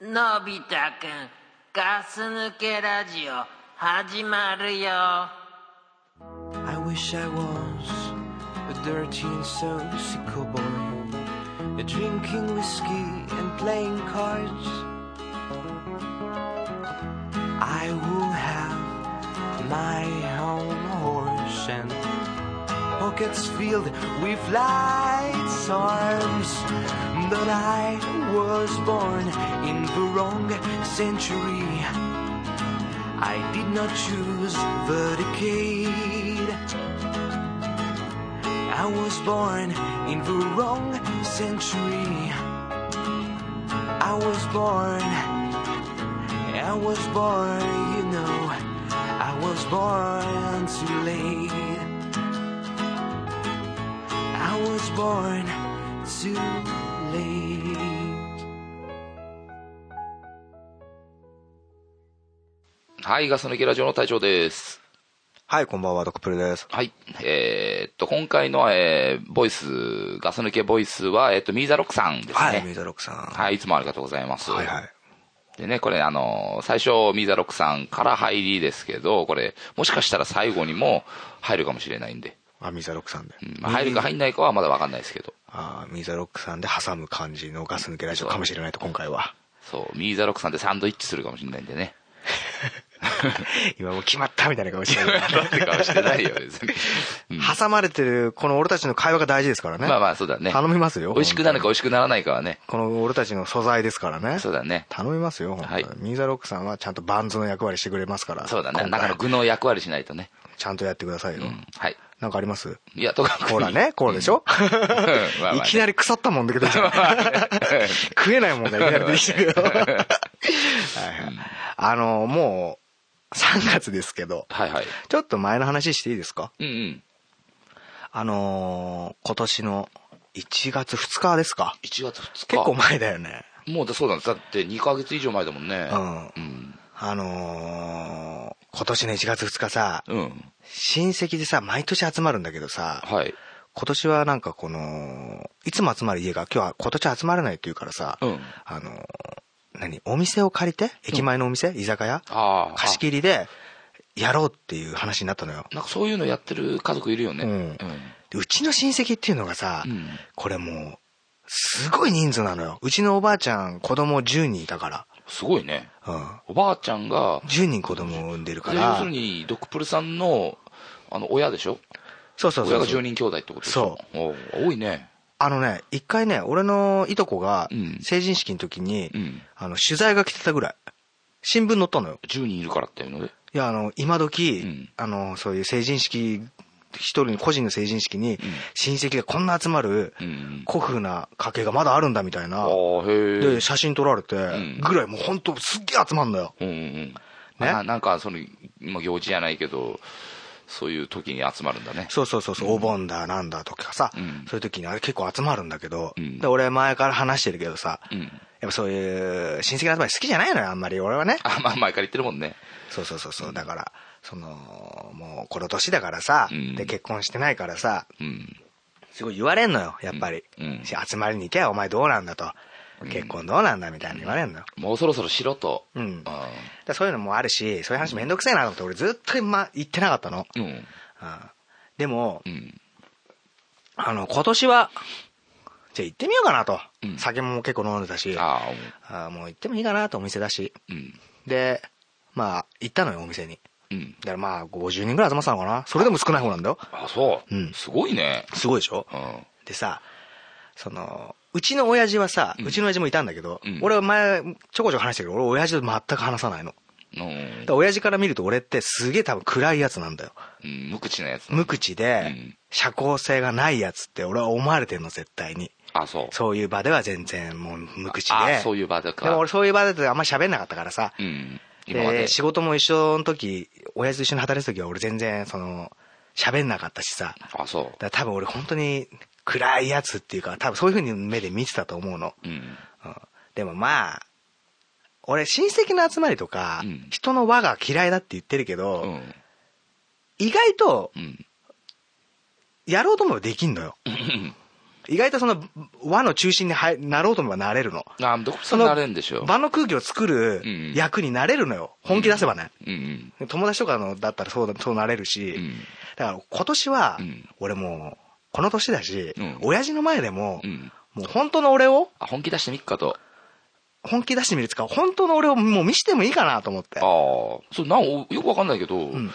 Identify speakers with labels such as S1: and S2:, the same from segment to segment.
S1: のび太くんガス抜けラジオ始まるよ
S2: I wish I was a dirty and so boy, drinking whiskey and playing cards. I will have my own horse and pockets filled with lights, arms. But I was born in the wrong century. I did not choose the decade. I was born in the wrong century. I was born. I was born, you know. I was born too late. I was born too late.
S3: はい、ガス抜きラジオの隊長です。
S4: はい、こんばんは、ドクプルです。
S3: はい。えーっと、今回の、えーボイス、ガス抜けボイスは、えーっと、ミーザロックさんですね。
S4: はい、ミーザロックさん。
S3: はい、い、つもありがとうございます。
S4: はい、はい。
S3: でね、これ、あのー、最初、ミーザロックさんから入りですけど、これ、もしかしたら最後にも入るかもしれないんで、
S4: あ、ミーザロックさんで。
S3: うんまあ入るか入んないかはまだわかんないですけど、
S4: あミーザロックさんで挟む感じのガス抜けラジオかもしれないと、今 回は。
S3: そう、ミーザロックさんでサンドイッチするかもしれないんで ね。
S4: 今もう決まったみたいな顔してる。
S3: だって顔して ない よ、別に。うん
S4: 挟まれてる、この俺たちの会話が大事ですからね。
S3: まあまあ、そうだね。
S4: 頼みますよ。
S3: 美味しくなるか美
S4: 本
S3: 味しくならないかはね。
S4: 当にこの俺たちの素材ですからね。
S3: そうだね。
S4: 頼みますよ、本当に
S3: はい
S4: ミーザロックさんはちゃんとバンズの役割してくれますから。
S3: そうだね。
S4: 今
S3: 中
S4: 回
S3: の具の役割しないとね。
S4: ちゃんとやってくださいよ。
S3: うん。はい。
S4: なんかあります
S3: いや、とかく。
S4: コーラね、コーラでしょ、
S3: うん。まあまあね
S4: いきなり腐ったもんでけ ど、食えないもんがいきなり出てきたけ ど。はいはいあの、もう、3月ですけど、
S3: はいはい。
S4: ちょっと前の話していいですか
S3: うんうん。
S4: あのー今年の1月2日ですか
S3: 1月2日。
S4: 結構前だよね。
S3: もうだそうなんです。だって2ヶ月以上前だもんね。
S4: うん
S3: うん。
S4: あのー今年の1月2日さ、
S3: うん。
S4: 親戚でさ、毎年集まるんだけどさ、
S3: はい。
S4: 今年はなんかこの、いつも集まる家が今日は今年集まらないって言うからさ、
S3: うん
S4: あの、何お店を借りて駅前のお店、居酒屋
S3: ああ。
S4: 貸し切りでやろうっていう話になったのよ。
S3: なんかそういうのやってる家族いるよね。
S4: うんでうちの親戚っていうのがさ、
S3: うん
S4: これもう、すごい人数なのよ。うちのおばあちゃん子供10人いたか
S3: すごいね。
S4: ら。うん。
S3: おばあちゃんが、
S4: 10人子供を産んでるか
S3: で要
S4: ら
S3: する。に、ドクプルさんの、あの、親でしょ
S4: そうそうそうそう。
S3: 親が10人兄弟ってことでしょおう多いね。
S4: あのね、一回ね、俺のいとこが
S3: うん
S4: 成人式の時に、
S3: うん
S4: あの、取材が来てたぐらい。新聞載ったのよ。
S3: 10人いるからっていうので。
S4: いや、あの、今時、
S3: うん
S4: あの、そういう成人式、一人の個人の成人式に、親戚がこんな集まる、
S3: うん。
S4: 古風な家系がまだあるんだみたい
S3: あ
S4: な
S3: あ、、へえ
S4: で、。写真撮られて、
S3: ん
S4: ぐらいもう本当すっげえ集まんだよ。
S3: うんうんうん。ななんか、その、今、行事じゃないけど、そういう時に集まるんだね。
S4: そうそうそうそう、お盆だなんだとかさ、
S3: うん
S4: そういう時にあれ結構集まるんだけど、
S3: うん
S4: で、俺前から話してるけどさ、
S3: うん
S4: やっぱそういう親戚の集まり好きじゃないのよ、あんまり俺はね。
S3: あ、まあ、前から言ってるもんね。
S4: そうそうそうそう、だから、その、もうこの年だからさ、
S3: うん
S4: で、結婚してないからさ、
S3: うん。
S4: すごい言われんのよ、やっぱり。
S3: うんうん
S4: し集まりに行けよ、お前どうなんだと。結婚どうなんだみたいに言われんのよ。
S3: もうそろそろしろと。
S4: うん
S3: あ
S4: だそういうのもあるし、そういう話めんどくせえなと思って、俺ずっと今言ってなかったの。
S3: ーうん。
S4: うんでも
S3: う、ん。
S4: あの、今年は、じゃあ行ってみようかなと。
S3: うん
S4: 酒も結構飲んでたし、あ
S3: ああ、
S4: ーもう行ってもいいかなとお店だし。
S3: うん。
S4: で、まあ、行ったのよ、お店に。
S3: うん。
S4: だからまあ、50人ぐらい集まってたのかなそれでも少ない方なんだよ。
S3: あそう。
S4: うん
S3: すごいね。
S4: すごいでしょ
S3: うん。
S4: でさ、その、うちの親父はさ、
S3: うん
S4: うちの親父もいたんだけど、
S3: うん
S4: 俺は前、ちょこちょこ話してるけど、俺親父と全く話さないの。だか
S3: うん
S4: ら親父から見ると俺ってすげえ多分暗いやつなんだよ。
S3: うん。無口なやつ。
S4: 無口で
S3: うん、
S4: 社交性がないやつって俺は思われてんの、絶対に。
S3: あそう。
S4: そういう場では全然もう無口
S3: あ
S4: で。
S3: そういう場だか
S4: で
S3: ら。
S4: も俺そういう場であんまり喋んなかったからさ。
S3: うん。今まで
S4: で、。仕事も一緒の時、親父と一緒に働いてた時は俺全然その、喋んなかったしさ。
S3: あそ
S4: だから多分俺本当に暗いやつっていうか、多分そういう風に目で見てたと思うの。
S3: う。うん。
S4: うんでもまあ、俺親戚の集まりとか、
S3: うん
S4: 人の輪が嫌いだって言ってるけど、
S3: うん。
S4: 意外と
S3: うん。
S4: やろうと思えばできんのよ。意外とその輪の中心に入なろうと思えばなれるの。
S3: あどこそになれんでしょう。
S4: 場の空気を作る
S3: うん
S4: 役になれるのよ。本気出せばね。
S3: うんうん。
S4: 友達とかのだったらそうだ、そうなれるし、
S3: うん
S4: だから今年は
S3: うん、
S4: 俺もう、この年だし、
S3: うん
S4: 親父の前でも、
S3: うん。
S4: もう本当の俺を、
S3: あ、本気出してみっかと。
S4: 本気出してみるつか、本当の俺をもう見せてもいいかなと思って
S3: ああ。。そう、なん、およくわかんないけど、
S4: ん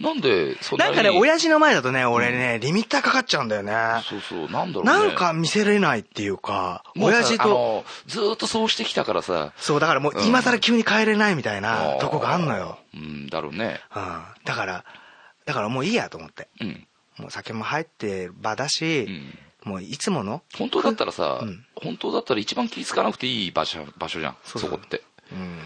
S3: なんで、そんな
S4: な
S3: に
S4: んかね、親父の前だとね、俺ね、リミッターかかっちゃうんだよね。
S3: そうそう、なんだろうね。
S4: なんか見せれないっていうか、
S3: もうさ、
S4: 親父
S3: あ
S4: と、
S3: のずーっとそうしてきたからさ、
S4: そう、だからもう
S3: うん
S4: 今更急に帰れないみたいな
S3: ー
S4: とこがあんのよ。。
S3: うん、だろうね。
S4: うん。だから、だからもういいやと思って。
S3: うん。
S4: もう酒も入って場だし
S3: う、ん。
S4: もういつもの、
S3: 本当だったらさ、
S4: うん
S3: 本当だったら一番気付かなくていい場所場所じゃん、
S4: そ
S3: そう
S4: そう
S3: こって。
S4: うん。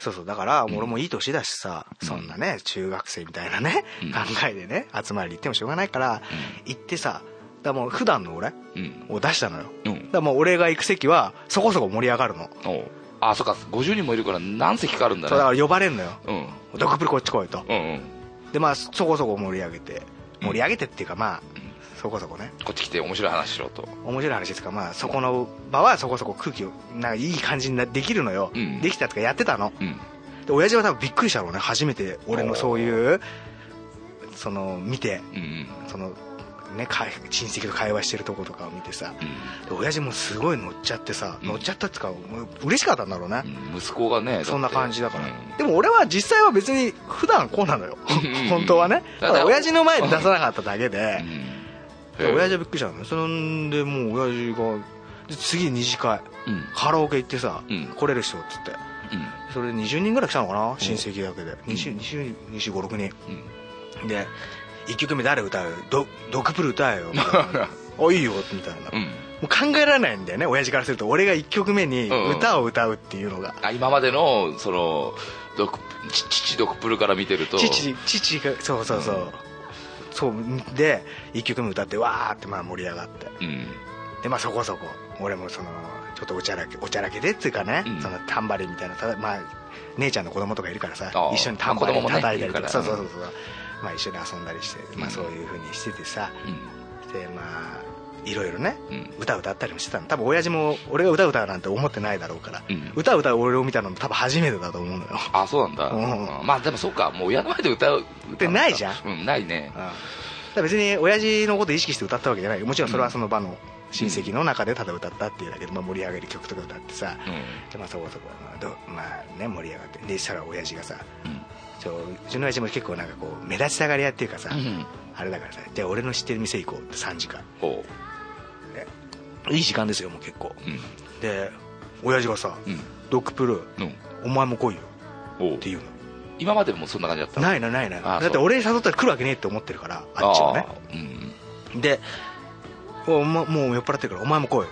S4: そうそう、だから俺もいい年だしさ、そんなね、中学生みたいなね、
S3: うん
S4: 考えでね、集まりに行ってもしょうがないから、行ってさ、だからもう普段の俺
S3: うん。
S4: を出したのよ。
S3: う
S4: だ
S3: ん。
S4: からもう俺が行く席はそこそこ盛り上がるの。
S3: おうあ、そっか、50人もいるから何席かあるんだ
S4: そうだ
S3: ね。
S4: から呼ばれるのよ。
S3: うん。
S4: ドクプリこっち来いと。
S3: うんうん。
S4: でまあそこそこ盛り上げて盛り上げてっていうかまあそこそこね
S3: こっち来て面白い話しろと。
S4: 面白い話ですかまあそこの場はそこそこ空気をなんかいい感じになできるのよ、
S3: うん
S4: できたとかやってたの
S3: うん。
S4: で親父は多分びっくりしたろうね初めて俺のそういうその見て
S3: うんうん。
S4: そのねか親戚と会話してるとことかを見てさ
S3: うん
S4: で親父もすごい乗っちゃってさ、
S3: うん
S4: 乗っちゃったっていうかもう嬉しかったんだろうね、
S3: うん息子がね、だって
S4: そんな感じだから、
S3: うん
S4: でも俺は実際は別に普段こうなのよ
S3: うんうんうん
S4: 本当はね
S3: だから
S4: 親父の前で出さなかっただけ
S3: う
S4: で、
S3: ん
S4: 親父はびっくりしたのねそんでもう親父がで次二次会
S3: うん
S4: カラオケ行ってさ、
S3: うん
S4: 来れる人っつってそれで20人ぐらい来たのかな親戚だけで25256
S3: うん
S4: 人で1曲目誰歌うドドクプル歌 えよみたいなおいいよみたいな、
S3: うんう
S4: も
S3: ん
S4: う考えられないんだよね親父からすると俺が1曲目に歌を歌うっていうのが、
S3: あ今までのそのドクち父ドクプルから見てると
S4: 父父がそうそうそう、そうで1曲目歌ってわーってまあ盛り上がって
S3: うん
S4: でまあそこそこ俺もそのちょっとおちゃらけおちゃらけでっていうかね、
S3: うん
S4: そのタンバリンみたいなただまあ姉ちゃんの子供とかいるからさ
S3: ああ
S4: 一緒にタンバリン
S3: まあ子供もね
S4: 叩いたりとか,、
S3: いるから
S4: そうそうそうそうまあ一緒に遊んだりして、ま
S3: う
S4: あ
S3: ん
S4: そういうふうにしててさ
S3: うん
S4: でまあいろいろね
S3: うん
S4: 歌歌ったりもしてたの多分親父も俺が歌歌うなんて思ってないだろうから、
S3: うん
S4: 歌歌う俺を見たのも多分初めてだと思うのよ、
S3: あそうなんだ、
S4: うん
S3: まあでもそうかもう親の前で歌う
S4: でないじゃん
S3: うんないね
S4: うん、だから別に親父のこと意識して歌ったわけじゃないもちろんそれはその場の親戚の中でただ歌ったっていうだけで、まあ、盛り上げる曲とか歌ってさ、
S3: う
S4: でまあそこそこ、まあどまあね、盛り上がってでしたら親父がさ
S3: ん
S4: ちょうちの親父も結構なんかこう目立ちたがり屋っていうかさ、
S3: うんうん
S4: あれだからさじゃあ俺の知ってる店行こうって3時間
S3: おう
S4: いい時間ですよもう結構
S3: うん
S4: で親父がさ、
S3: うん
S4: ドッグプル
S3: うん
S4: お前も来いよ
S3: おう
S4: って言うの
S3: 今までもそんな感じだった
S4: ないなないな
S3: あ
S4: だって
S3: そう
S4: 俺に誘ったら来るわけねえって思ってるからあっちはね
S3: あーうん
S4: でお、ま、もう酔っ払ってるからお前も来
S3: う
S4: い
S3: ん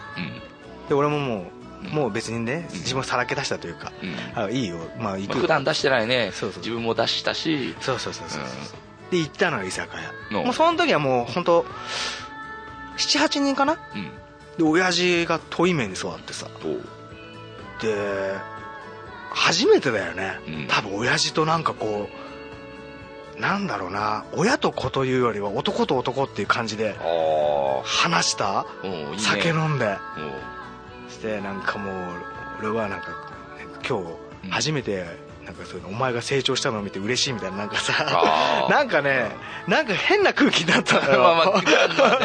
S4: で俺ももう、
S3: うん
S4: もう別にね
S3: うん
S4: 自分をさらけ出したというか、
S3: うん
S4: あいいよまあ
S3: ま
S4: 行く
S3: あ
S4: よ
S3: 普段出してないね
S4: そうそう
S3: 自分も出したし
S4: そうそうそうそうそう、で行ったのよ居酒屋、
S3: うん
S4: もうその時はもう本当78人かな
S3: うん
S4: で親父が遠い面に座ってさ
S3: おう
S4: で初めてだよね、
S3: うん
S4: 多分親父となんかこうなんだろうな親と子というよりは男と男っていう感じで
S3: あ
S4: 話した
S3: あうんいいね
S4: 酒飲んで、
S3: おう
S4: してなんかもう俺はなんか今
S3: う
S4: 日
S3: ん
S4: 初めてなんかそういうのお前が成長したのを見て嬉しいみたいななんかさ
S3: あー
S4: なんかねなんか変な空気になったのよ
S3: まあまあまあ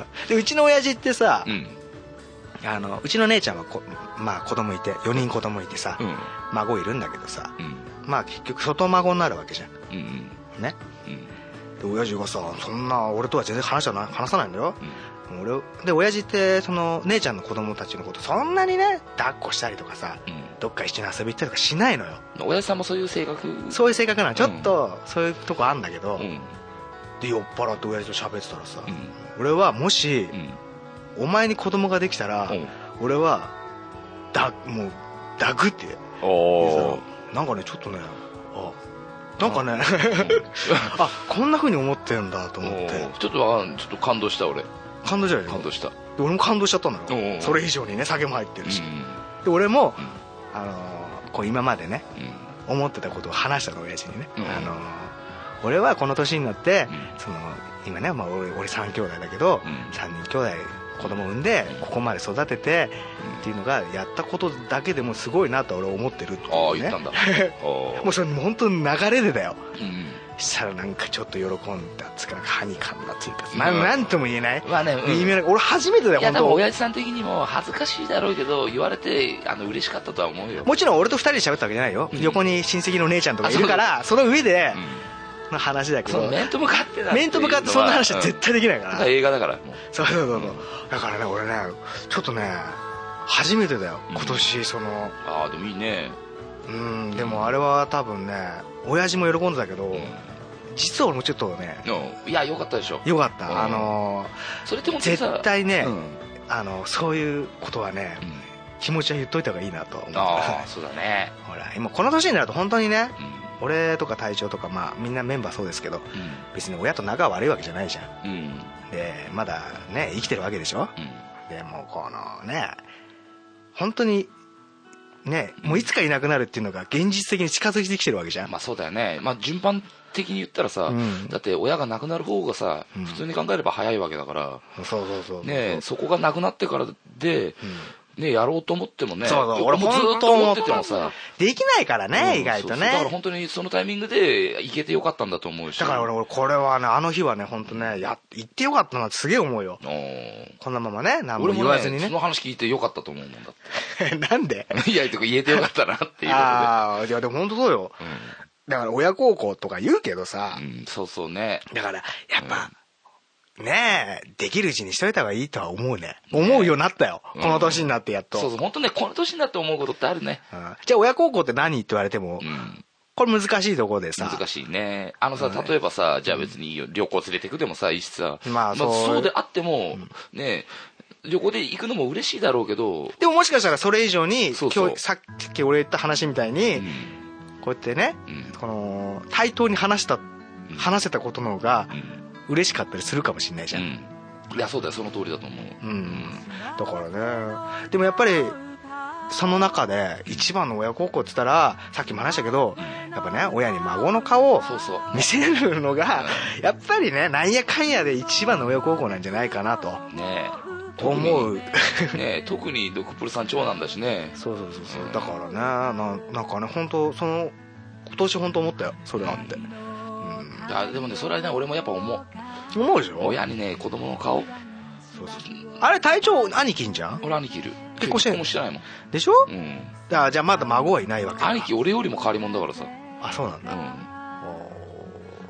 S3: ね
S4: うんでうちの親父ってさ
S3: う、ん
S4: あのうちの姉ちゃんはこ、まあ、子供いて4人子供いてさ、
S3: うん
S4: 孫いるんだけどさ
S3: うん
S4: まあ結局外孫になるわけじゃん
S3: うんうん
S4: ね
S3: うん
S4: で親父がさそんな俺とは全然話じゃない話さないんだよ
S3: うん
S4: 俺で親父ってその姉ちゃんの子供たちのことそんなにね抱っこしたりとかさ
S3: うん
S4: どっか一緒に遊び行ったりとかしないのよ
S3: 親父さんもそういう性格
S4: そういう性格なのちょっとそういうとこあんだけど、
S3: うん
S4: で酔っ払って親父と喋ってたらさ、
S3: うん
S4: 俺はもし
S3: う、ん
S4: お前に子供ができたら、
S3: うん
S4: 俺はだもう抱くって言
S3: お
S4: う
S3: お
S4: なんかねちょっとねあなんかね あこんな風に思ってんだと思って
S3: ちょっとわかんないちょっと感動した俺
S4: 感動じゃない
S3: 感動した
S4: で俺も感動しちゃったの
S3: おうお
S4: よ
S3: う
S4: それ以上にね酒も入ってるし、
S3: う
S4: で俺も
S3: う、
S4: あのーこう今までね
S3: んうん
S4: 思ってたことを話したの親父にね、
S3: うん
S4: あの俺はこの年になって、
S3: う
S4: その今ね、まあ、俺俺3兄弟だけど、
S3: うん
S4: 3人兄弟子供産んでここまで育ててっていうのがやったことだけでもすごいなと俺は思ってるっていうね
S3: ああ言ったん だおー
S4: もうそれ本当に流れでだよ
S3: うん
S4: したらなんかちょっと喜んだつうかなんか歯にかんだつうか
S3: うん
S4: ななんとも言えない、
S3: まあねうん
S4: 微妙な俺初めてだよ
S3: いや多
S4: 本
S3: 分
S4: 当
S3: 親父さん的にも恥ずかしいだろうけど言われてあの嬉しかったとは思うよ
S4: もちろん俺と二人で喋ったわけじゃないよ、
S3: うん
S4: 横に親戚の姉ちゃんとかいるからその上での話だ
S3: うん
S4: け
S3: その
S4: ど
S3: 面と向かってだっていうのは
S4: 面と向かってそんな話は絶対できないか
S3: うんだ
S4: ら、
S3: から映画だからもう
S4: そうそうそうそうだからね俺ねちょっとね初めてだよ
S3: うん
S4: 今年その
S3: ああでもいいね
S4: うんでもあれは多分ね親父も喜んでたけど、
S3: うん
S4: 実は俺もちょっとね
S3: うんいやよかったでしょ
S4: よかった、
S3: うん
S4: あの
S3: それって本当にさ
S4: 絶対ね、
S3: うん
S4: あのそういうことはね、
S3: うん
S4: 気持ちは言っといた方がいいなと思った
S3: ああそうだね
S4: ほら今この年になると本当にね
S3: うん
S4: 俺とか隊長とかまあみんなメンバーそうですけど別に親と仲悪いわけじゃないじゃ
S3: う
S4: ん
S3: んうん
S4: でまだね生きてるわけでしょ
S3: うん
S4: でもうこのね本当にねもういつかいなくなるっていうのが現実的に近づいてきてるわけじゃん、
S3: まあそうだよね、まあ、順番的に言ったらさ、
S4: うん
S3: だって親が亡くなる方がさ、
S4: うん
S3: 普通に考えれば早いわけだから、
S4: そうそうそう
S3: ねえ、そこがなくなってからで、ねえ、やろうと思ってもね、
S4: そうそう俺
S3: もうず
S4: 本
S3: っ
S4: 当
S3: と
S4: 思
S3: 思
S4: っ
S3: ってててもさ、
S4: できないからね、
S3: うん
S4: 意外と
S3: そうそうだから
S4: ね
S3: 本当にそのタイミングで行けてよかったんだと思うし、
S4: だから俺俺これはねあの日はね本当ねや行ってよかったなってすげえ思うよ
S3: おー
S4: こんなままね何も
S3: 俺も
S4: 言わずに
S3: ね、
S4: ね
S3: その話聞いてよかったと思うもんだっ
S4: なんで
S3: て。 いや、とか言えてよかったなっていうこ
S4: ああいやでも本当そうよ
S3: とで。
S4: だから親孝行とか言うけどさ、
S3: うん、うんそうそうね。
S4: だからやっぱ、ねえできるうちにしといた方がいいとは思うね思うようになったよ、
S3: うん
S4: この年になってやっと、
S3: そうそう、本当ね、この年になって思うことってあるね。
S4: うんじゃあ親孝行って何って言われても、
S3: うん。
S4: これ難しいところでさ
S3: 難しいね。あのさ、例えばさ、じゃあ別にいいよ旅行連れてくでもさ、いいしさ、
S4: まあそう
S3: そうであっても、ね、旅行で行くのも嬉しいだろうけど、
S4: でももしかしたらそれ以上に
S3: そうそう
S4: 今日さっき俺言った話みたいに、
S3: うん
S4: こうやってね
S3: うん
S4: この対等に話した
S3: うん
S4: 話せたことの方が
S3: うん
S4: 嬉しかったりするかもしれないじゃん、
S3: うんいや、そうだよ、その通りだと思う。
S4: うんだからねでもやっぱりその中で一番の親孝行って言ったらさっきも話したけどやっぱね親に孫の顔を
S3: そうそう。
S4: 見せるのがやっぱりねなんやかんやで一番の親孝行なんじゃないかなと
S3: ね特に
S4: 思う
S3: ね特にドクプルさん長男だしね。
S4: そうそうそうそうだからねななんかね本当その今年本当思ったよそれはって、う
S3: いやでもね、それはね、俺もやっぱ思う。
S4: ん、思うでしょ
S3: 親にね、子供の顔、
S4: そうそうあれ隊長兄貴んじゃん
S3: 俺兄貴いる。
S4: 結婚して
S3: もしてないもん。
S4: でしょ
S3: うん。
S4: あじゃあまだ孫はいないわけだ
S3: 兄貴、俺よりも変わり者だからさ。
S4: あそうなんだ、
S3: う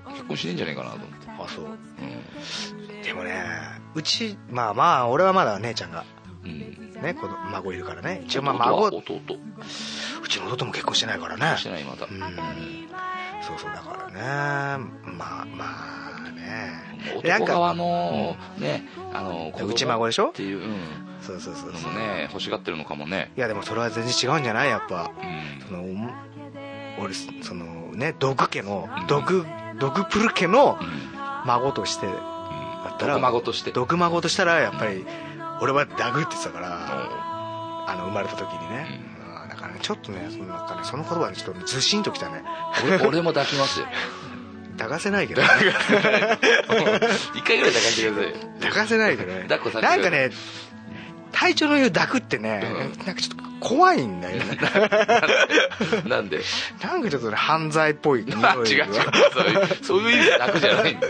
S4: お
S3: ん。結婚しねえんじゃねえかなと思って。
S4: ーあそう
S3: う
S4: でもねうちまあまあ俺はまだ姉ちゃんが
S3: ん。うん。
S4: ね子供孫いるからね一応まあ
S3: 弟は
S4: 孫
S3: 弟。
S4: うちの弟も結婚してないからね
S3: してないまだ、
S4: うんそうそうだからねまあまあねなん
S3: 男
S4: か
S3: 側のねあの子供
S4: 内孫でしょ
S3: っていう、うん、
S4: そうそうそう
S3: の
S4: そ
S3: も
S4: う
S3: ね欲しがってるのかもね
S4: いやでもそれは全然違うんじゃないやっぱ
S3: うん
S4: その俺そのね毒家の毒毒プル家の
S3: うん
S4: 孫としてだったら
S3: 毒孫として
S4: 毒孫としたらやっぱり俺はダグって言ってたから
S3: あ
S4: あの生まれた時にねうんだからねちょっとねそのなんかねその言葉にちょっとずしんとき たね
S3: 俺俺も抱きますよ
S4: 抱かせないけど
S3: 一回ぐらい抱かせてくださいよ
S4: 抱かせないけどね
S3: 抱っこさせて
S4: なんかね体調の言う抱くってね、
S3: う
S4: なんかちょっと怖いんだよね
S3: なんで
S4: なんかちょっとね犯罪っぽい 匂 い
S3: まあ
S4: が
S3: 違う違うそういうそういう意味で楽じゃないんだ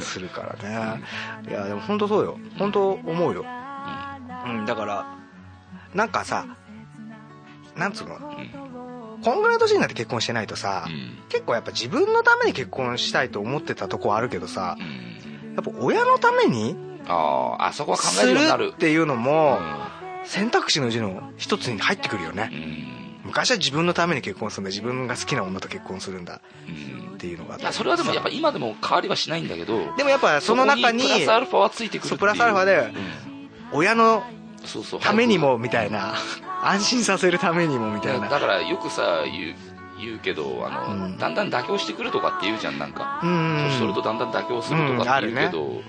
S4: するからねいやでも本当そうよ本当思うようん、だからなんかさなんつうのこんぐらいの年になって結婚してないとさ、
S3: うん
S4: 結構やっぱ自分のために結婚したいと思ってたとこはあるけどさ
S3: う、ん
S4: やっぱ親のために
S3: あああそこは考
S4: す
S3: える
S4: る
S3: ようになる
S4: っていうのも
S3: う
S4: 選択肢のうちの一つに入ってくるよ
S3: ん
S4: ね
S3: うん
S4: 昔は自分のために結婚するんだ自分が好きな女と結婚するんだ
S3: うん
S4: っていうのがあっ
S3: い
S4: た
S3: やそれはでもやっぱ今でも変わりはしないんだけど
S4: でもやっぱその中に
S3: そこプラスアルファはついてくるって
S4: そ
S3: いう
S4: うプラスアルファで
S3: うん
S4: 親の
S3: そうそう
S4: ためにもみたいな安心させるためにもみたい
S3: だ
S4: な
S3: からよくさ言う言うけどあの、
S4: うん
S3: だんだん妥協してくるとかって言うじゃんなんか、
S4: うん
S3: 年取るとだんだん妥協するとかって言うけど、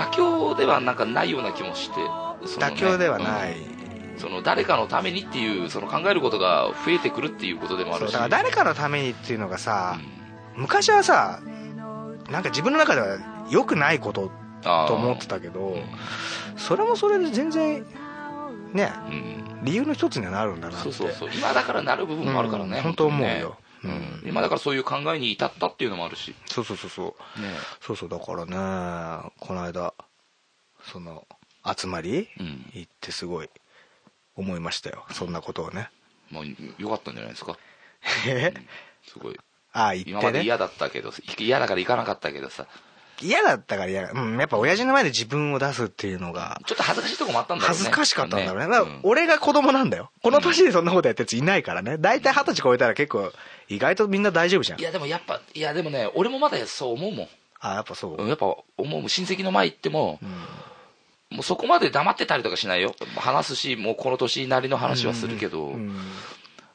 S3: 妥協ではなんかないような気もしてそのね
S4: 妥協ではない、
S3: うんその誰かのためにっていうその考えることが増えてくるっていうことでもあ
S4: そう
S3: るし
S4: だから誰かのためにっていうのがさ昔はさなんか自分の中では良くないこと
S3: あー
S4: と思ってたけど
S3: ん
S4: それもそれで全然ね
S3: うん
S4: 理由の一つにはなるんだなって
S3: そうそうそう今だからなる部分もあるからね、
S4: うん本当思う
S3: ね
S4: ようん
S3: 今だからそういう考えに至ったっていうのもあるし、
S4: そうそうそうそうそうそうだからねこの間その集まり
S3: うん
S4: 行ってすごい思いましたよそんなことをね
S3: もうよかったんじゃないですかすごい
S4: ああ行
S3: 今
S4: っ
S3: ま
S4: て
S3: で
S4: ね
S3: 嫌だったけど嫌だから行かなかったけどさ
S4: 嫌だったから嫌だうんやっぱ親父の前で自分を出すっていうのが
S3: ちょっと恥ずかしいとこもあったんだろうね
S4: 恥ずかしかったんだろうね。
S3: ね
S4: まあ
S3: うん
S4: 俺が子供なんだよ。この年でそんなことやってるやついないからね。大体二十歳超えたら結構、意外とみんな大丈夫じゃん
S3: い。やでもやっぱいやでもね俺もまだそう思うもん
S4: あ、やっぱそう。
S3: うんやっぱ思う親戚の前行っても、もうそこまで黙ってたりとかしないよ話すしもうこの年なりの話はするけど、
S4: うん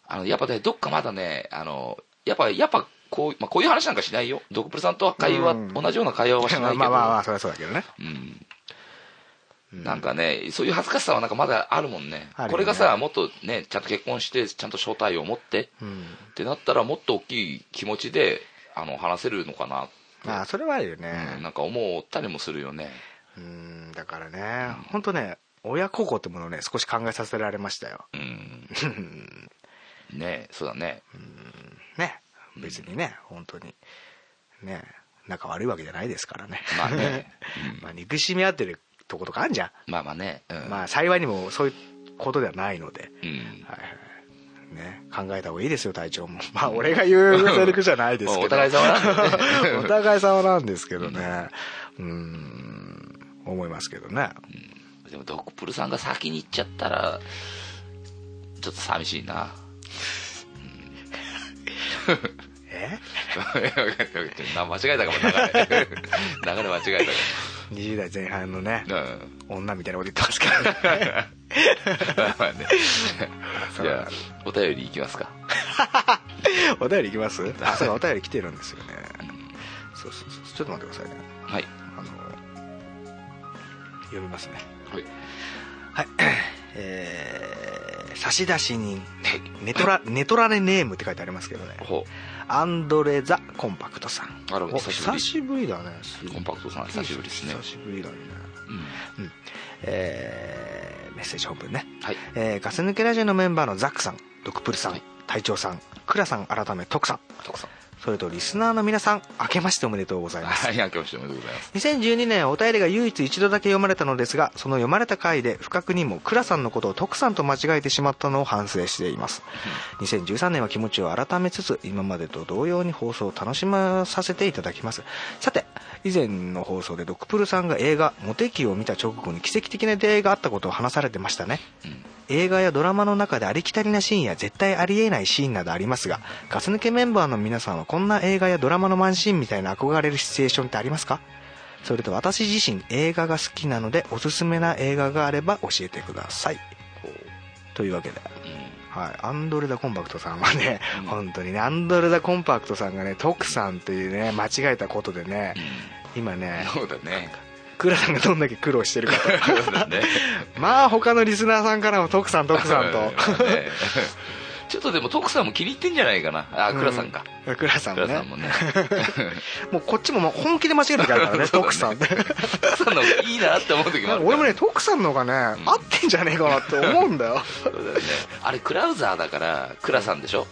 S3: あのやっぱねどっかまだねあのやっぱやっぱこう,、まあ、こういう話なんかしないよドクプルさんとは会話、
S4: うん
S3: 同じような会話はしないけ
S4: まあ
S3: ど
S4: まあまあ、そりゃそうだけどね。
S3: うんなんかね、そういう恥ずかしさはなんかまだあるもんね
S4: あるよね
S3: これがさもっとねちゃんと結婚してちゃんと正体を持って、
S4: うん。
S3: ってなったらもっと大きい気持ちであの話せるのかな
S4: まあ、それはあるよ
S3: うん
S4: ね。
S3: なんか思ったりもするよね
S4: うん、だからね、本当ね、親孝行ってものをね、少し考えさせられましたよ。
S3: うんねそうだね
S4: ね。別にね、本当に。ね。仲悪いわけじゃないですからね。
S3: まあ ね
S4: まあ、憎しみ合ってるとことかあんじゃん。
S3: まあまあねうん
S4: まあ、幸いにもそういうことではないので。
S3: うん
S4: はいはいね、考えた方がいいですよ、隊長も。 まあ、俺が言うセリフじゃない ですけど。
S3: お互い様なんだよね
S4: お互い様なんですけどね。うーん、思いますけどね。
S3: でもドクプルさんが先に行っちゃったらちょっと寂しいな
S4: え
S3: な間違えたかも流れ流れ間違え
S4: ?20 代前半のね
S3: た、かもうん
S4: 女みたいなこと言ってますからね。
S3: まあね
S4: そう
S3: じゃあお便りいきますか
S4: お便りいきますあ、そうだお便り来てるんですよね。そうそうそう。ちょっと待ってくださいね。
S3: はい
S4: あの、読みますね。
S3: はい
S4: はい。えー、差出人、ネトラ、ネトラネネームって書いてありますけどね。
S3: ほ
S4: アンドレ・ザ・コンパクトさん
S3: なるほど
S4: お
S3: 久しぶり
S4: 久しぶりだね
S3: コンパクトさん久しぶりですね
S4: 久しぶりだね
S3: う、うん、
S4: うんえーメッセージ本文ね、
S3: はい
S4: えーガス抜けラジオのメンバーのザックさんドクプルさん、
S3: はい
S4: 隊長さんクラさん改め徳さん
S3: 徳さん
S4: それとリスナーの皆さん明けましておめでとうございます
S3: はい明けましておめでとうございます
S4: 2012年お便りが唯一一度だけ読まれたのですがその読まれた回で不覚にも倉さんのことを徳さんと間違えてしまったのを反省しています2013年は気持ちを改めつつ今までと同様に放送を楽しまさせていただきますさて以前の放送でドクプルさんが映画「モテキ」を見た直後に奇跡的な出会いがあったことを話されてましたね映画やドラマの中でありきたりなシーンや絶対ありえないシーンなどありますがガス抜けメンバーの皆さんはこんな映画やドラマのワンシーンみたいな憧れるシチュエーションってありますかそれと私自身映画が好きなのでおすすめな映画があれば教えてくださいというわけで、はい、アンドレ・ダ・コンパクトさんはね、本当にねアンドレ・ダ・コンパクトさんがね徳さんというね間違えたことでね、今ね
S3: そうだね
S4: クラさんがどんだけ苦労してる か
S3: そうだね
S4: とまあ他のリスナーさんからも徳さん徳さん と
S3: ねちょっとでも徳さんも気に入ってんじゃないかなあ倉さんか、
S4: クラさんも
S3: 倉さ
S4: ね
S3: んもね
S4: もうこっちももう本気で間違える時あるからね
S3: そうだね
S4: 徳さんって
S3: 倉さんの方がいいなって思う時もある
S4: 俺もね徳さんの方がね、合ってんじゃねえかなって思うんだよ
S3: そうだよねあれクラウザーだから倉さんでしょ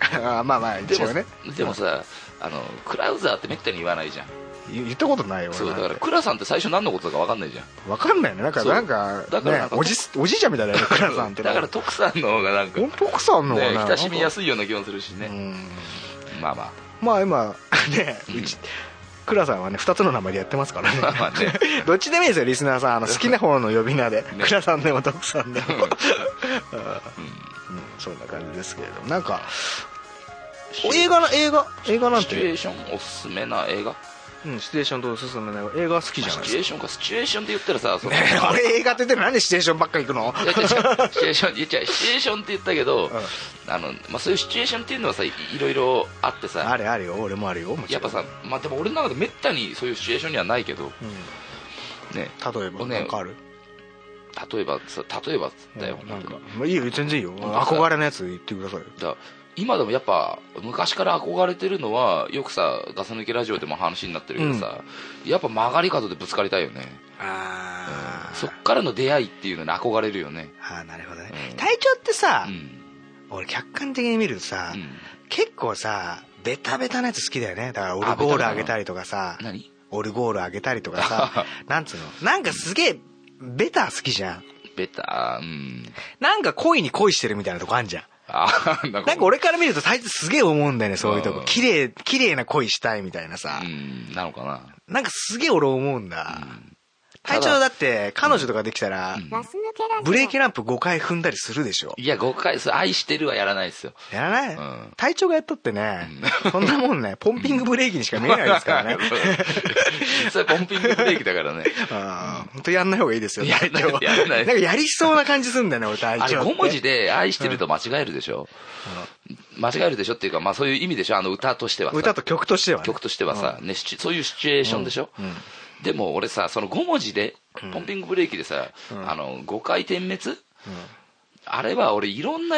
S4: あー まあまあ
S3: で
S4: 一
S3: も,、
S4: 応ね
S3: でもさあのクラウザーってめったに言わないじゃん
S4: 言言ったことないよ
S3: そうだ
S4: 俺
S3: か
S4: なん
S3: ら
S4: て
S3: 倉さんって最初何のことだか分かんないじゃん
S4: わかんないよねなんか
S3: そう
S4: なんか
S3: だからなんか
S4: ねおじおじいちゃんみたいだよねクラさんって
S3: だから徳さんの方がなんか、ね
S4: 本、徳さんの方がね
S3: 親しみや
S4: す
S3: すいような気もするしね、まあまあ
S4: まあ今ねうちクラさんはね2つの名前でやってますからね
S3: まあまあね
S4: どっちでもいいですよリスナーさんあの好きな方の呼び名で、クラさんでも徳さんでも、 うんそんな感じですけれどもなんか映画の映画映画なん
S3: シチュエ
S4: て
S3: ーションおすすめな映画
S4: うんシチュエーションどう進めない映画好きじゃ
S3: シ
S4: ないで
S3: チュエー
S4: す
S3: ションかシチュエーションって言ったらさその
S4: か俺映画って言ってなんでシチュエーションばっかり行くの
S3: いや違う違うシチュエーションいや違うシチュエーションって言ったけど、あのまあ、そういうシチュエーションっていうのはさいいろいろあって
S4: あ
S3: さ
S4: れあるよ俺もあるよもち
S3: や
S4: ろ
S3: っ
S4: ん
S3: ぱさ、まあ、でも俺の中でめったにそういうシチュエーションにはないけど、ね、
S4: 例えば
S3: ね
S4: なんかある
S3: 例えばさ例えばだよ、
S4: なんか
S3: 本
S4: まあいいよ全然いいよ
S3: 当だ
S4: 憧れのやつ言ってくださいよ
S3: 当にだ今でもやっぱ昔から憧れてるのはよくさガス抜けラジオでも話になってるけどさ、やっぱ曲がり角でぶつかりたいよね
S4: あー
S3: そっからの出会いっていうのに憧れるよね
S4: あーなるほどね、
S3: うん
S4: 体調ってさ
S3: う、ん、
S4: 俺客観的に見るとさ、
S3: うん、
S4: 結構さベタベタなやつ好きだよねだからオル
S3: あベ
S4: ゴ
S3: タベ
S4: ール
S3: タな
S4: あげたりとかさ
S3: 何
S4: オルゴールあげたりとか さなんつうのなんかすげえベタ好きじゃん
S3: ベタうん
S4: なんか恋に恋してるみたいなとこあんじゃん
S3: あーなん
S4: なんか俺から見ると大抵すげえ思うんだよねそういうとこ
S3: うん
S4: 綺麗綺麗な恋したいみたいなさ
S3: う、んなのかな
S4: なんかすげえ俺思うんだ、
S3: ただ
S4: 隊長だって彼女とかできたら、
S3: ん
S4: ブレーキランプ5回踏んだりするでしょ
S3: いや誤解する愛してるはやらないですよ
S4: やらない、
S3: うん
S4: 隊長がやったってね、そんなも んねポンピングブレーキにしか見えないです からね
S3: それポンピングブレーキだから ね
S4: ああ本当やんない方がいいですよ
S3: やんない
S4: 隊長
S3: やんない
S4: んかやりそうな感じすんだよね俺隊長
S3: あ
S4: って
S3: れ5文字で「愛してる」と間違えるでしょ、間違えるでしょっていうか、まあ、そういう意味でしょあの歌としてはさ
S4: 歌と曲としてはね
S3: 曲としてはさ、ね、シチュそういうシチュエーションでしょ、でも俺さその5文字でポンピングブレーキでさ、あの5回点滅、あれは俺いろんな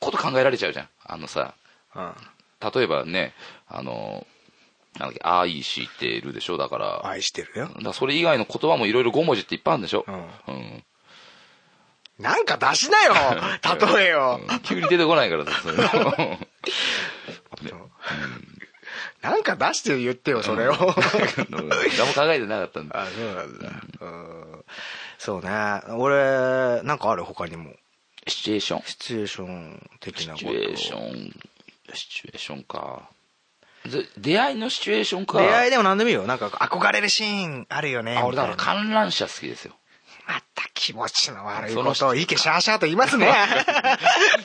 S3: こと考えられちゃうじゃんあのさ
S4: うん
S3: 例えばねあのなんだっけ愛してるでしょだから
S4: 愛してるよ
S3: だからそれ以外の言葉もいろいろ5文字っていっぱいあるんでしょ、
S4: う
S3: うん
S4: なんか出しなよ例えよ、
S3: うん急に出てこないからさそれ
S4: なんか出して言ってよそれを、
S3: 何も考えてなかったんだ
S4: あそうなんだうんそうね俺なんかある他にも
S3: シチュエーション
S4: シチュエーション的な
S3: シ
S4: こと
S3: チュエーションシチュエーションかで出会いのシチュエーションか
S4: 出会いでも何でもいいよなんか憧れるシーンあるよね
S3: あ俺だから
S4: みたいな
S3: 観覧車好きですよ
S4: また気持ちの悪い
S3: そ
S4: こ
S3: の
S4: とを
S3: 人
S4: いけシャーシャーと言 いますね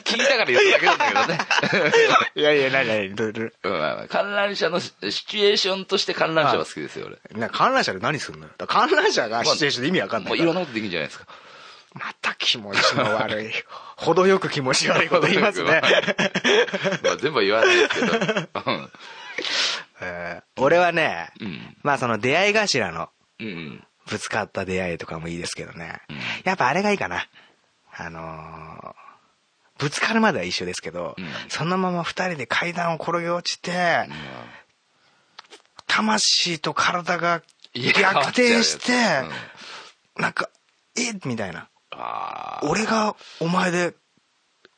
S3: 聞いたから言っただけなんだけどね
S4: いやいや何何どど
S3: うんまあまあ観覧車のシシチュエーションとして観覧車は好きですよ俺
S4: な観覧車で何すんのよだから観覧車がシチュエーションで意味わかんな
S3: もう
S4: い
S3: い
S4: か
S3: ろ
S4: ら
S3: んなことできるんじゃないですか
S4: また気持ちの 悪い程よく気持ち悪いこと言いますね
S3: まあ全部は言わないですけどうん
S4: えー俺はね、
S3: うん
S4: まあその出会い頭の
S3: うんうん
S4: ぶつかった出会いとかもいいですけどね、
S3: うん
S4: やっぱあれがいいかなあのーぶつかるまでは一緒ですけど、
S3: うん
S4: そのまま二人で階段を転げ落ちて、魂と体が
S3: いや
S4: 逆転して
S3: 変わっちゃうやつ、
S4: なんか「えみたいな
S3: あ
S4: 「
S3: ー
S4: 俺がお前で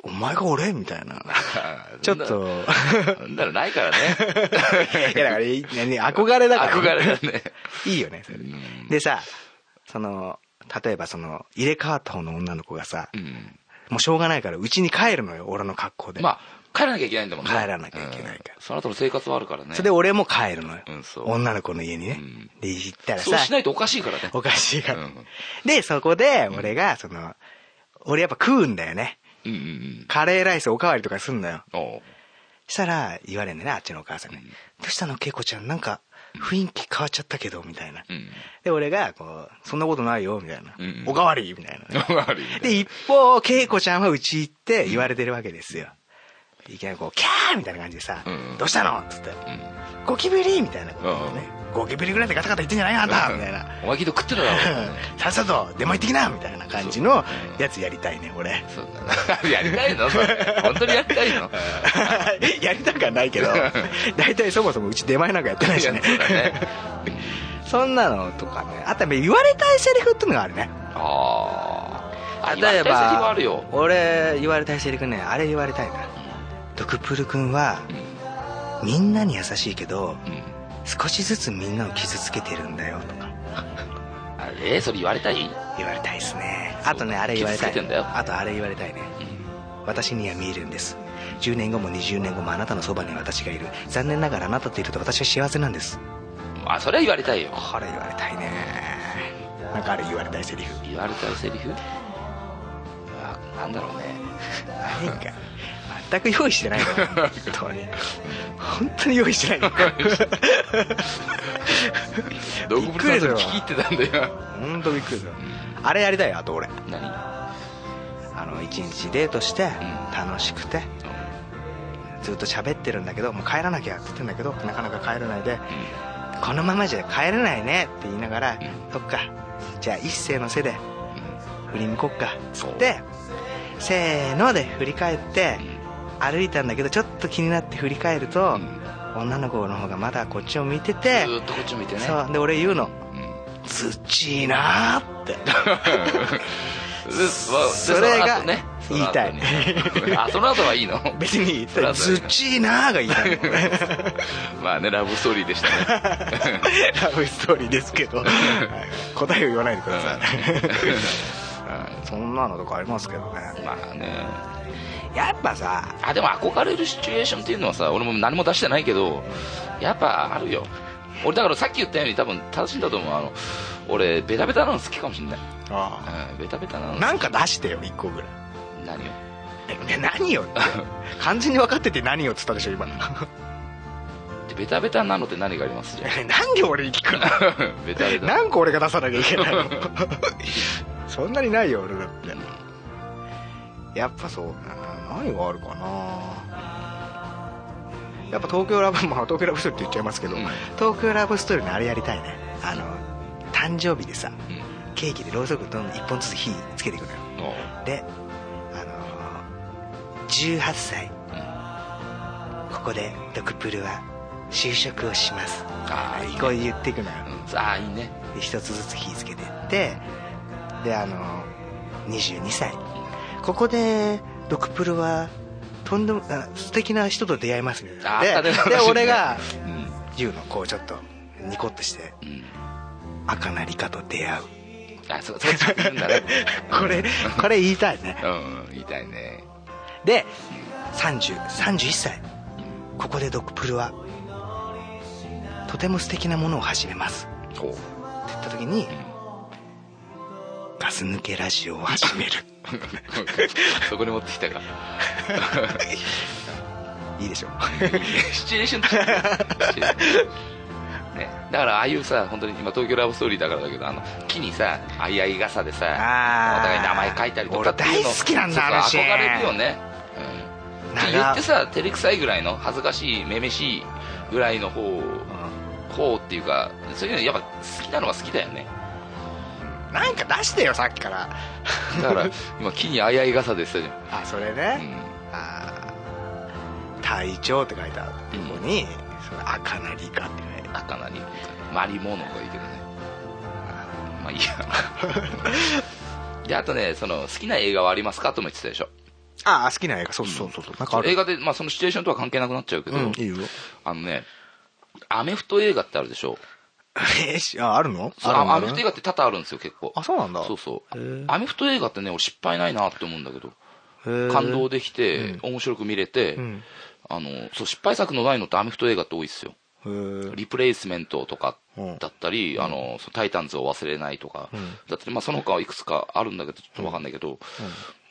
S4: お前が俺?」みたいなちょ っと
S3: そんなのないからね
S4: いやだからいい ね憧れだから
S3: 憧れだね
S4: いいよねそれ
S3: ん
S4: でさその例えばその入れ替わった方の女の子がさ、
S3: うん
S4: もうしょうがないからうちに帰るのよ俺の格好で、
S3: まあ帰らなきゃいけないんだもんね
S4: 帰らなきゃいけないから
S3: うんその後の生活はあるからね
S4: それで俺も帰るのよ、
S3: うんそう
S4: 女の子の家にね、
S3: うん
S4: で行ったら
S3: そう
S4: さ
S3: しないとおかしいからね
S4: おかしいから、
S3: うん
S4: でそこで俺がその、俺やっぱ食うんだよね
S3: うんうん
S4: カレーライスおかわりとかすんのよ
S3: うんおう
S4: したら言われんだよねあっちのお母さんに、
S3: うん
S4: どうしたの恵子ちゃんなんか雰囲気変わっちゃったけどみたいな、
S3: うん
S4: で俺がこう「そんなことないよ」みたいな「
S3: うんうん
S4: おかわり」みたいな
S3: 悪いね
S4: で、一方、恵子ちゃんはうち行って言われてるわけですよ。いきなりこう、キャーみたいな感じでさ、
S3: うんうん
S4: どうしたのっつって、
S3: うん
S4: ゴキブリみたいなことをね、ゴキブリぐらいでガタガタ言ってんじゃないあんたみたいな。
S3: お前きっと食ってただろう ね
S4: さっさと、出前行ってきなみたいな感じのやつやりたいね、俺。
S3: そうだな やりたいのそれ本当にやりたい の
S4: やりたくはないけど、大体そもそもうち出前なんかやってない
S3: い
S4: し
S3: や
S4: ね。
S3: そうだね
S4: そんなのとかね。あとやっぱ言われたいセリフってのがあるね。
S3: あーあ
S4: 例え
S3: 言われたいセリフ
S4: ば
S3: あるよ
S4: 俺言われたいセリフねあれ言われたいなドクプル君はみんなに優しいけど
S3: うん
S4: 少しずつみんなを傷つけてるんだよとか
S3: あれそれ言われたい
S4: 言われたいですねあとねあれ言われたい
S3: 傷つけてんだよ
S4: あとあれ言われたいね私には見えるんです10年後も20年後もあなたのそばに私がいる残念ながらあなたといると私は幸せなんです
S3: あそれは言われたいよ
S4: これ言われたいねなんかあれ言われたいセリフ
S3: 言われたいセリフあなんだろうね
S4: 何か全く用意してないの本当に本当に用意してないの
S3: ド
S4: び
S3: グ
S4: っ
S3: ブ
S4: くり
S3: ル
S4: す
S3: さんそれ
S4: るわ
S3: 聞き入ってたんだよ
S4: 本当びっくりするあれやりたいよあと俺
S3: 何
S4: あの一日デートして楽しくてずっと喋ってるんだけどもう帰らなきゃって言ってんだけどなかなか帰らないでこのままじゃ帰れないねって言いながらそっかじゃあ一斉の背で振り向こっかっつってせーので振り返って歩いたんだけどちょっと気になって振り返ると、女の子の方がまだこっちを見てて
S3: ずーっとこっち見てね
S4: そうで俺言うの
S3: うん
S4: 「土いな」って
S3: でわで
S4: それが
S3: の後ねその後に
S4: 言いたい
S3: あその後はいいの
S4: 別に
S3: それは
S4: 「
S3: そうだよ
S4: 土いな」が 言いたいの
S3: まあねラブストーリーでしたね
S4: ラブストーリーですけどはい答えを言わないでくださいそんなのとかありますけど
S3: うん
S4: ね
S3: まあね
S4: やっぱさ
S3: あでも憧れるシチュエーションっていうのはさ俺も何も出してないけどやっぱあるよ俺だからさっき言ったように多分正しいんだと思うあの俺ベタベタなの好きかもしんない、うん、ベタベタなの
S4: なんか出してよ1個ぐらい
S3: 何を
S4: え 何よって完全に分かってて何よっつったでしょ今
S3: でベタベタなのって何がありますじゃ
S4: なんで俺に聞くの
S3: あ ベタベタ
S4: なんか俺が出さなきゃいけないの そんなにないよ俺だってやっぱそうだな何があるかなやっぱ東京ラブまあ東京ラブストーリーって言っちゃいますけど、
S3: うん
S4: 東京ラブストーリーのあれやりたいねあの誕生日でさ
S3: うん
S4: ケーキでろうそくどんどん1本ずつ火つけていくのよ
S3: おう
S4: であのー、18歳ここでドクプルは就職をします
S3: ああいいね
S4: こう言っていくのよ
S3: うんああいいね
S4: で一つずつ火つけてってであの22歳ここでドクプルはとんでもあ素敵な人と出会いますみたいな
S3: あー
S4: で
S3: あったね
S4: で俺が
S3: うん
S4: 言うのこうちょっとニコッとして
S3: うん
S4: 赤なりかと出会う
S3: あそそっち行くんだ ね
S4: これこれ言いたいね
S3: うん言いたいね
S4: で30 31歳ここでドクプルはとても素敵なものを始めますって
S3: おう
S4: 言った時にガス抜けラジオを始 める
S3: そこに持ってきたか
S4: いいでしょ
S3: シチュエーションってシチュエーションねだからああいうさ本当に今東京ラブストーリーだからだけどあの木にさあいあい傘でさ
S4: あー
S3: お互い名前書いたりとかっていうの
S4: 俺大好きなん
S3: そ
S4: だ
S3: うそう
S4: あのシーン
S3: 憧れるよね、うん、って言
S4: 長
S3: ってさ照れくさいぐらいの恥ずかしいめめしいぐらいの方方っていうかそういうのやっぱ好きなのは好きだよね
S4: なんか出してよさっきから
S3: だから今木にあいあい傘でしたじゃ
S4: あそれ
S3: ん、うん
S4: ね、あー隊長って書いてあるとこに、その赤なりかって書いてある
S3: 赤なにマリモの方がいいけどねまあいいや であとねその好きな映画はありますかとも言ってたでしょ
S4: ああ好きな映画そうそうそうそう、なんかある
S3: 映画で、まあ、そのシチュエーションとは関係なくなっちゃうけど、
S4: うんいいよ
S3: あのねアメフト映画ってあるでしょ
S4: えしああるの
S3: あア
S4: る
S3: メフ
S4: の
S3: ト映画って多々あるんですよ結構
S4: あそうなんだ
S3: そうそう
S4: へえ
S3: アメフト映画ってね俺失敗ないなって思うんだけど
S4: へー
S3: 感動できて、面白く見れて、
S4: ん
S3: あのそう失敗作のないのってアメフト映画って多いっすよ
S4: へー
S3: リプレイスメントとかだったり、あのそうタイタンズを忘れないとか、だったり、まあ、その他はいくつかあるんだけど、ちょっとわかんないけど、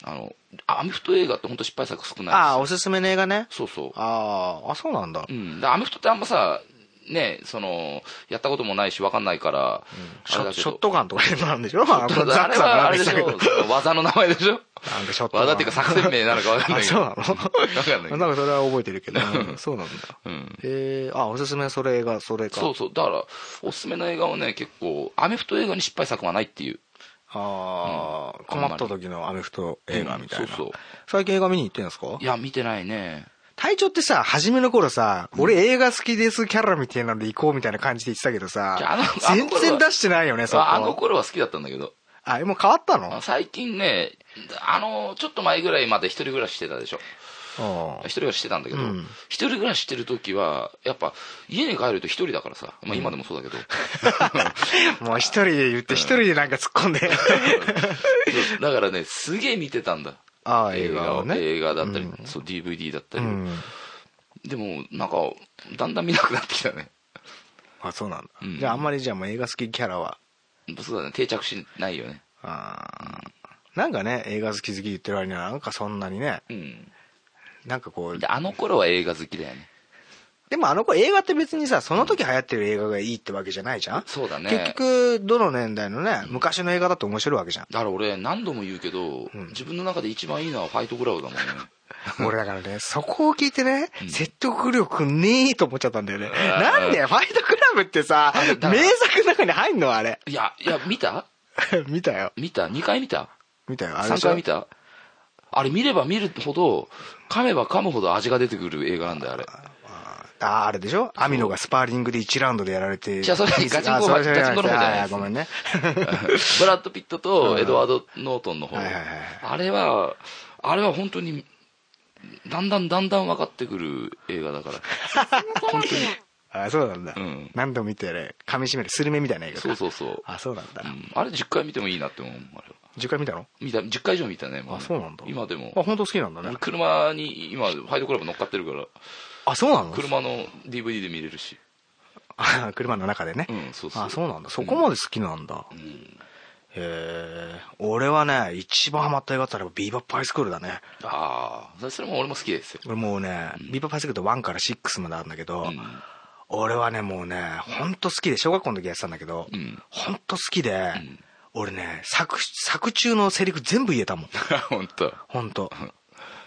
S3: あの、アメフト映画って本当失敗作少
S4: あ
S3: な
S4: あ
S3: い
S4: おすすめの映画ね
S3: ですそうそう。
S4: あああそうなんだ
S3: うん、だからアメフトってあんまさ、ね、その、やったこともないし、わかんないから、
S4: シ
S3: あれ
S4: ョ
S3: だけ
S4: シ
S3: ど
S4: ョットガンとかなんでしょあ
S3: ただあれはあれでしょ、その技の名前でしょ
S4: なんかショットガン
S3: 技っていうか作戦名なのかわかんな
S4: あ
S3: いけ
S4: そう
S3: ど。
S4: なの
S3: わかんないけど
S4: なんかそれは覚えてるけど、うんそうなんだ、
S3: うん
S4: へえあおすすめそれがそれか
S3: そうそう。だから、おすすめの映画はね、結構、アメフト映画に失敗作はないっていう。
S4: ああ、
S3: うん
S4: 困った時のアメフト映画みたいな、
S3: うんそうそう
S4: 最近映画見に行ってんですか
S3: いや、見てないね。
S4: 隊長ってさ初めの頃さ、俺映画好きですキャラみたいなんで行こうみたいな感じで言ってたけどさ
S3: いやあのあの
S4: 全
S3: 頃は
S4: 然出してないよねそこ
S3: ああの頃は好きだったんだけど、
S4: あもう変わったの
S3: あ最近ね、あの、ちょっと前ぐらいまで一人暮らししてたでしょ。
S4: あ
S3: 一人暮らししてたんだけど、
S4: うん
S3: 一人暮らししてる時は、やっぱ、家に帰ると一人だからさ、まあ今でもそうだけど、
S4: あもう一人で言って一人でなんか突っ込んで
S3: だからね、すげえ見てたんだ。
S4: ああ映画をね
S3: 映画だったり、
S4: うん
S3: そう DVD だった
S4: う
S3: り、
S4: ん
S3: でも、なんか、だんだん見なくなってきたね。
S4: あそうなんだ、
S3: うん
S4: じゃああんまりじゃあもう映画好きキャラは
S3: そうだね、定着しないよね。
S4: あーなんかね映画好き好き言ってる割にはなんかそんなにね
S3: うん。
S4: なんかこう
S3: で、あの頃は映画好きだよね。
S4: でもあの子映画って別にさ、その時流行ってる映画がいいってわけじゃないじゃん
S3: そうだね
S4: 結局、どの年代のね、昔の映画だと面白い わけじゃ
S3: だから俺、何度も言うけど、自分の中で一番いいのはファイトクラブだもんね。
S4: ん。俺だからね、そこを聞いてね、説得力ねえと思っちゃったんだよね。
S3: ん
S4: なんでファイトクラブってさ、
S3: だ
S4: 名
S3: から
S4: 作の中に入んのあれ。
S3: いや、いや、見た
S4: 見たよ。
S3: 見た ?2 回見た
S4: 見たよ。あれで
S3: ?3
S4: しょ
S3: 回見たあれ見れば見るほど、噛めば噛むほど味が出てくる映画なんだ よ、あれ。
S4: あーあれでしょアミノがスパーリングで1ラウンドでやられて。
S3: じゃあそれガチンコ
S4: あそれじゃない
S3: ガチンコの方じゃない
S4: あーごめんね。
S3: ブラッド・ピットとエドワード・ノートンの方、
S4: はいはいはい
S3: あれは、あれは本当に、だんだんだんだん分かってくる映画だから、 本当に、
S4: あーそうなんだ
S3: うん。
S4: 何度も見てやれ、噛み締める、スルメみたいな映画か
S3: そうそうそう、
S4: あ、そうなんだ
S3: う。んあれ10回見てもいいなって思う、あれは
S4: 10回見たの
S3: 見た10回以上見たね、もね
S4: あそうなんだ
S3: 今でも
S4: あ、、本当好きなんだね
S3: 俺。車に今、ファイトクラブ乗っかってるから、
S4: あ、そうなの
S3: 車の DVD で見れるし、
S4: あ車の中でね、
S3: うんそうそう
S4: あそうなんだそこまで好きなんだ、へえ俺はね一番ハマった映画ってあればビーバップハイスクールだね
S3: ああ、それも俺も好きですよ。
S4: 俺もうね、ビーバップハイスクールって1から6まであるんだけど、
S3: うん
S4: 俺はねもうねほんと好きで小学校の時やってたんだけど、
S3: うん
S4: ほんと好きで、俺ね作作中のセリフ全部言えたもん
S3: 本当。
S4: ほんと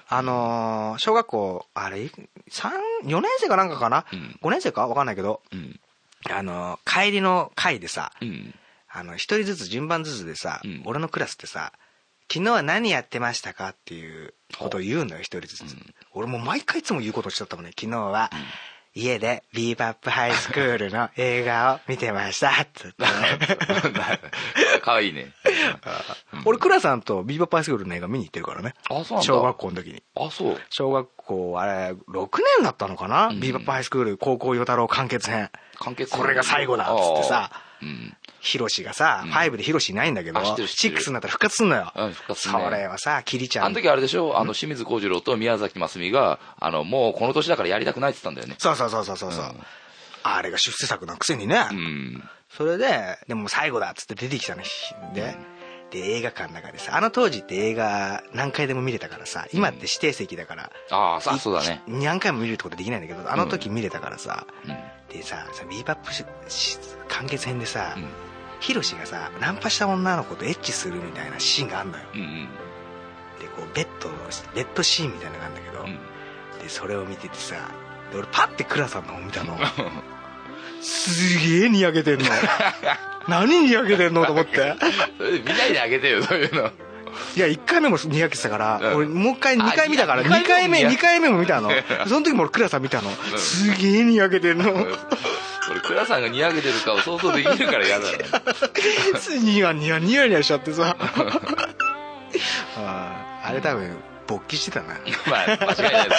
S4: あのー小学校あれ4年生かなんかかな、
S3: うん
S4: 5年生かわかんないけど
S3: うん。
S4: あのー帰りの会でさ、
S3: うん。
S4: あの、一人ずつ順番ずつでさ、
S3: うん
S4: 俺のクラスってさ、昨日は何やってましたかっていうことを言うのよ、一人ずつ。俺もう毎回いつも言うことをしちゃったもんね、昨日は、家でビーバップハイスクールの映画を見てましたって言ってね
S3: かわいいね。
S4: 俺、クラさんとビーバップハイスクールの映画見に行ってるからね。
S3: あそうなんだ
S4: 小学校の時に。
S3: あ、そう。
S4: 小学校、あれ、6年だったのかな、
S3: ん
S4: ビーバップハイスクール高校与太郎完結編。
S3: 完結
S4: これが最後だっつってさ
S3: あーうん。
S4: ヒロシがさ、
S3: うん
S4: 5でヒロシいないんだけど、
S3: あ知ってる知ってる
S4: 6になったら復活すんのよ。
S3: うん復活す
S4: そ
S3: んね
S4: れはさ、キリちゃ
S3: あ
S4: ん
S3: の。時あれでしょあの、清水幸次郎と宮崎真澄が、あの、もうこの年だからやりたくないって言ったんだよね。
S4: そうそうそうそうそう。う
S3: うん
S4: あれが出世作なくせにね。
S3: うん。
S4: それで、でも最後だっつって出てきたので、で、映画館の中でさ、あの当時って映画何回でも見れたからさ、今って指定席だから、
S3: ああ、さ、そうだね。
S4: 何回も見るってことできないんだけど、あの時見れたからさ、
S3: うん
S4: でさ、さビーバップしし完結編でさ、
S3: うん
S4: ヒロシがさ、ナンパした女の子とエッチするみたいなシーンがあんのよ。
S3: うんうん。
S4: でこうベッドのベッドシーンみたいなのがあるんだけど、でそれを見ててさで俺パッて倉さんの方見たのすげえにやけ てんの何にやけてんのと思って
S3: それで見ないであげてよ、そういう の。
S4: いや1回目もにやけてたから、
S3: うん
S4: 俺もう一回2回見たから
S3: あ二
S4: 2
S3: 回
S4: 回
S3: 目
S4: 目
S3: も
S4: 二回目も 見たのその時も俺倉さん見たの、すげえにやけてんの
S3: 俺、倉さんがにやげてる顔想像できるから嫌だな。
S4: ニヤニヤニヤニヤしちゃってさあーあれ多分勃起してたな
S3: まあ、間違いないで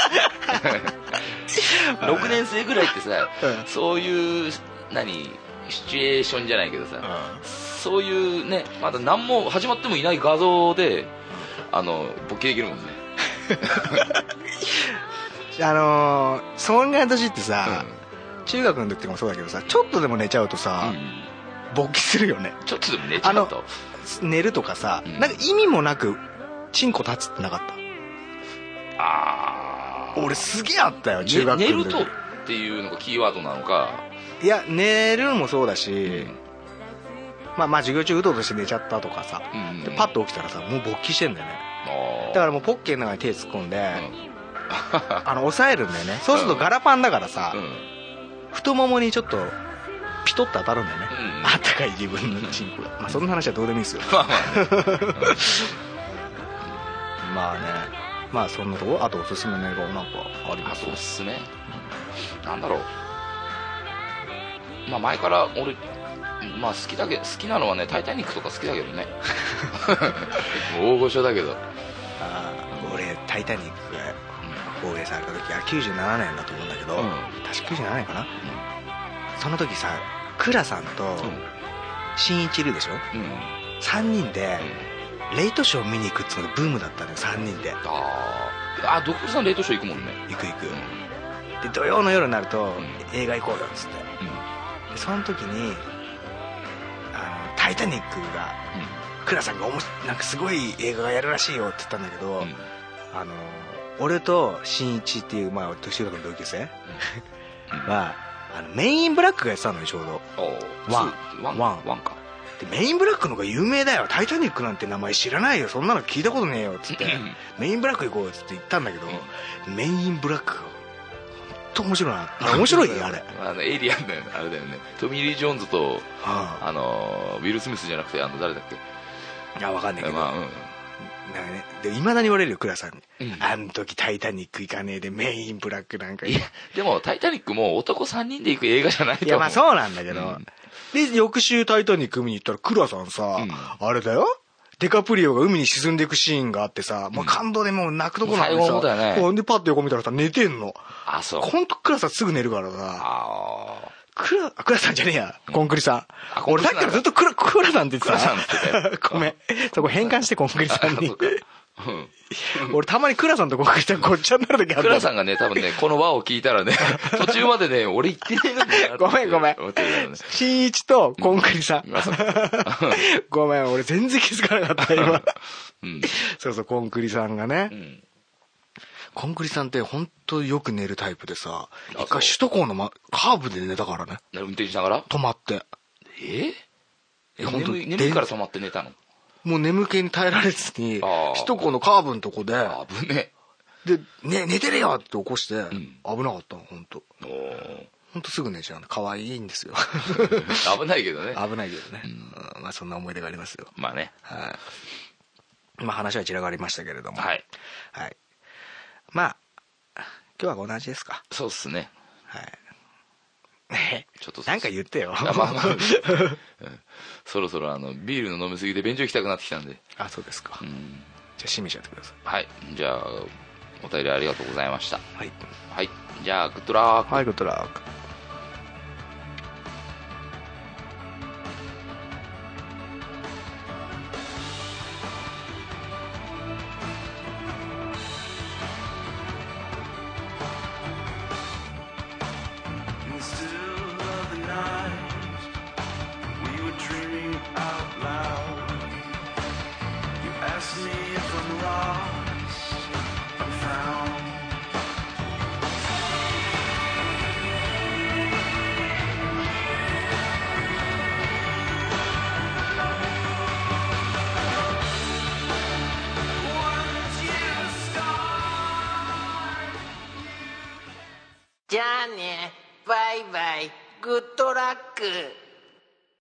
S3: す。6年 生ぐらいってさ、
S4: うん
S3: そういう、何、シチュエーションじゃないけどさ、そういうね、まだ何も始まってもいない画像で、あの、ボケできるもんね。
S4: あのー、そんぐらいの年ってさ、中学の時とかもそうだけどさちょっとでも寝ちゃうと
S3: う
S4: さ、
S3: ん
S4: 勃起するよね
S3: ちょっとでも寝ちゃうと。
S4: 寝るとかさ、
S3: うん
S4: なんか意味もなくチンコ立つってなかっ
S3: あ
S4: た俺すげえあったよ
S3: ー
S4: 中学
S3: ね
S4: の
S3: 寝る
S4: 時
S3: とっていうのがキーワードなのか、
S4: いや寝るのもそうだし、
S3: うん
S4: まあまあ授業中うとうとして寝ちゃったとかさ、
S3: うん
S4: でパッと起きたらさもう勃起してんだよね
S3: あー
S4: だからもうポッケの中に手突っ込んで、
S3: うん
S4: あの押さえるんだよねそうするとガラパンだからさ、
S3: うん
S4: 太ももにちょっとピトッと当たるんだよね、
S3: うん
S4: あったかい自分のチンコがまあそんな話はどうでもいいですよ
S3: まあまあね
S4: まあねまあそんなとこあとおすすめの映画なんかありま
S3: あ
S4: す
S3: とおすすめなんだろうまあ前から俺まあ好きだけ好きなのはね「タイタニック」とか好きだけど ね大御所だけど
S4: あー俺「タイタニック」が放映された時あれ97年だと思うんだけど、
S3: うん
S4: 確か97年かな、その時さクラさんと新一いるでしょ
S3: うん、うん、
S4: 3人でレイトショー見に行くっつうのがブームだったのよ3人で
S3: あーあドクロさん冷凍ショー行くもんね
S4: 行く行く、
S3: うん
S4: で土曜の夜になると、
S3: ん
S4: 映画行こうよっつってでその時にあの「タイタニック」が倉さんがおもしなんかすごい映画がやるらしいよって言ったんだけど、
S3: うん
S4: あの俺と新一っていう、まあ、中学の同級生は、あのメインブラックがやってたのよちょうど
S3: うん
S4: ワン
S3: ツーワン
S4: ワン
S3: ワンか
S4: でメインブラックの方が有名だよ「タイタニック」なんて名前知らないよそんなの聞いたことねえよっつって
S3: うん
S4: メインブラック行こうっつって言ったんだけど、
S3: う
S4: メインブラックが本当面白いな あれ面白いよあれ、うん、
S3: あのエイリアンだよねあれだよねトミー・リー・ジョーンズと
S4: あ
S3: あのウィル・スミスじゃなくてあの誰だっけ
S4: いやわかんないけど、
S3: まあうん
S4: なんかねでいまだに言われるよ倉さんに、
S3: うん
S4: あん時「タイタニック」行かねえでメインブラックなんか
S3: いや、でも、タイタニックも男3人で行く映画じゃないと思う。
S4: いや、まあそうなんだけど。
S3: うん
S4: で、翌週タイタニック見に行ったら、クラさんさ、
S3: うん
S4: あれだよデカプリオが海に沈んでいくシーンがあってさ、もう感動でもう泣くとこなんで
S3: もう
S4: さ、
S3: 最後の方だよね
S4: ほんでパッと横見たらさ、寝てんの。
S3: あ、そう。
S4: ほんとクラさんすぐ寝るからさ、
S3: あー
S4: クラ、クラさんじゃねえや、コンクリさ
S3: あ
S4: ん。
S3: コンク
S4: 俺
S3: リ
S4: だ
S3: さん
S4: からずっとクラ、クラさんって言って
S3: ク
S4: た。
S3: ラさんって言ってたよ
S4: ごめん。そこ変換してコンクリさん
S3: あ
S4: に
S3: そう。かうん。
S4: 俺たまにクラさんとコンクリさんごっちゃになる時ある
S3: クラさんがね、多分ね、この輪を聞いた らね、途中までね、俺行ってねえのかなって
S4: ごめんごめん
S3: 思ってるよね。
S4: 新一とコンクリさん。
S3: あそう
S4: ごめん、俺全然気づかなかっ た、今。
S3: うん。
S4: そうそう、コンクリさんがね。
S3: うん。
S4: コンクリさんって本当よく寝るタイプでさ、
S3: あ
S4: 一回首都高の、ま、カーブで寝たからね。
S3: 運転しながら
S4: 止まって。
S3: ええ
S4: ほんと
S3: 眠い眠いから止まって寝たの
S4: もう眠気に耐えられずに、
S3: あー
S4: 首都高のカーブのとこで、
S3: あぶね
S4: で、ね、寝てるよって起こして、
S3: ん
S4: 危なかったの、本当
S3: えおー
S4: 本当すぐ寝ちゃうの。可愛い んですよ。
S3: 危ないけどね
S4: 危ないけどね。うんまあそんな思い出がありますよ。
S3: まあね
S4: はい。まあ話は散らがりましたけれども。
S3: はい。
S4: はい。まあ、今日は同じですか。
S3: そうっすね
S4: はい。ね
S3: ちょっと
S4: なんか言ってよ。
S3: あまあまあ、うんそろそろあのビールの飲みすぎで便所行きたくなってきたんで、
S4: あ、そうですか。
S3: うん、
S4: じゃあ、締めちゃってくださ
S3: はいじゃあお便りありがとうございました
S4: い。はい。
S3: はいじゃあグッドラーク
S4: はい、グッドラック。
S2: In the still of the night, we were dreaming out loud. You asked me if I'm lost, I'm found. Once you start.
S1: じゃあねバイバイグッドラック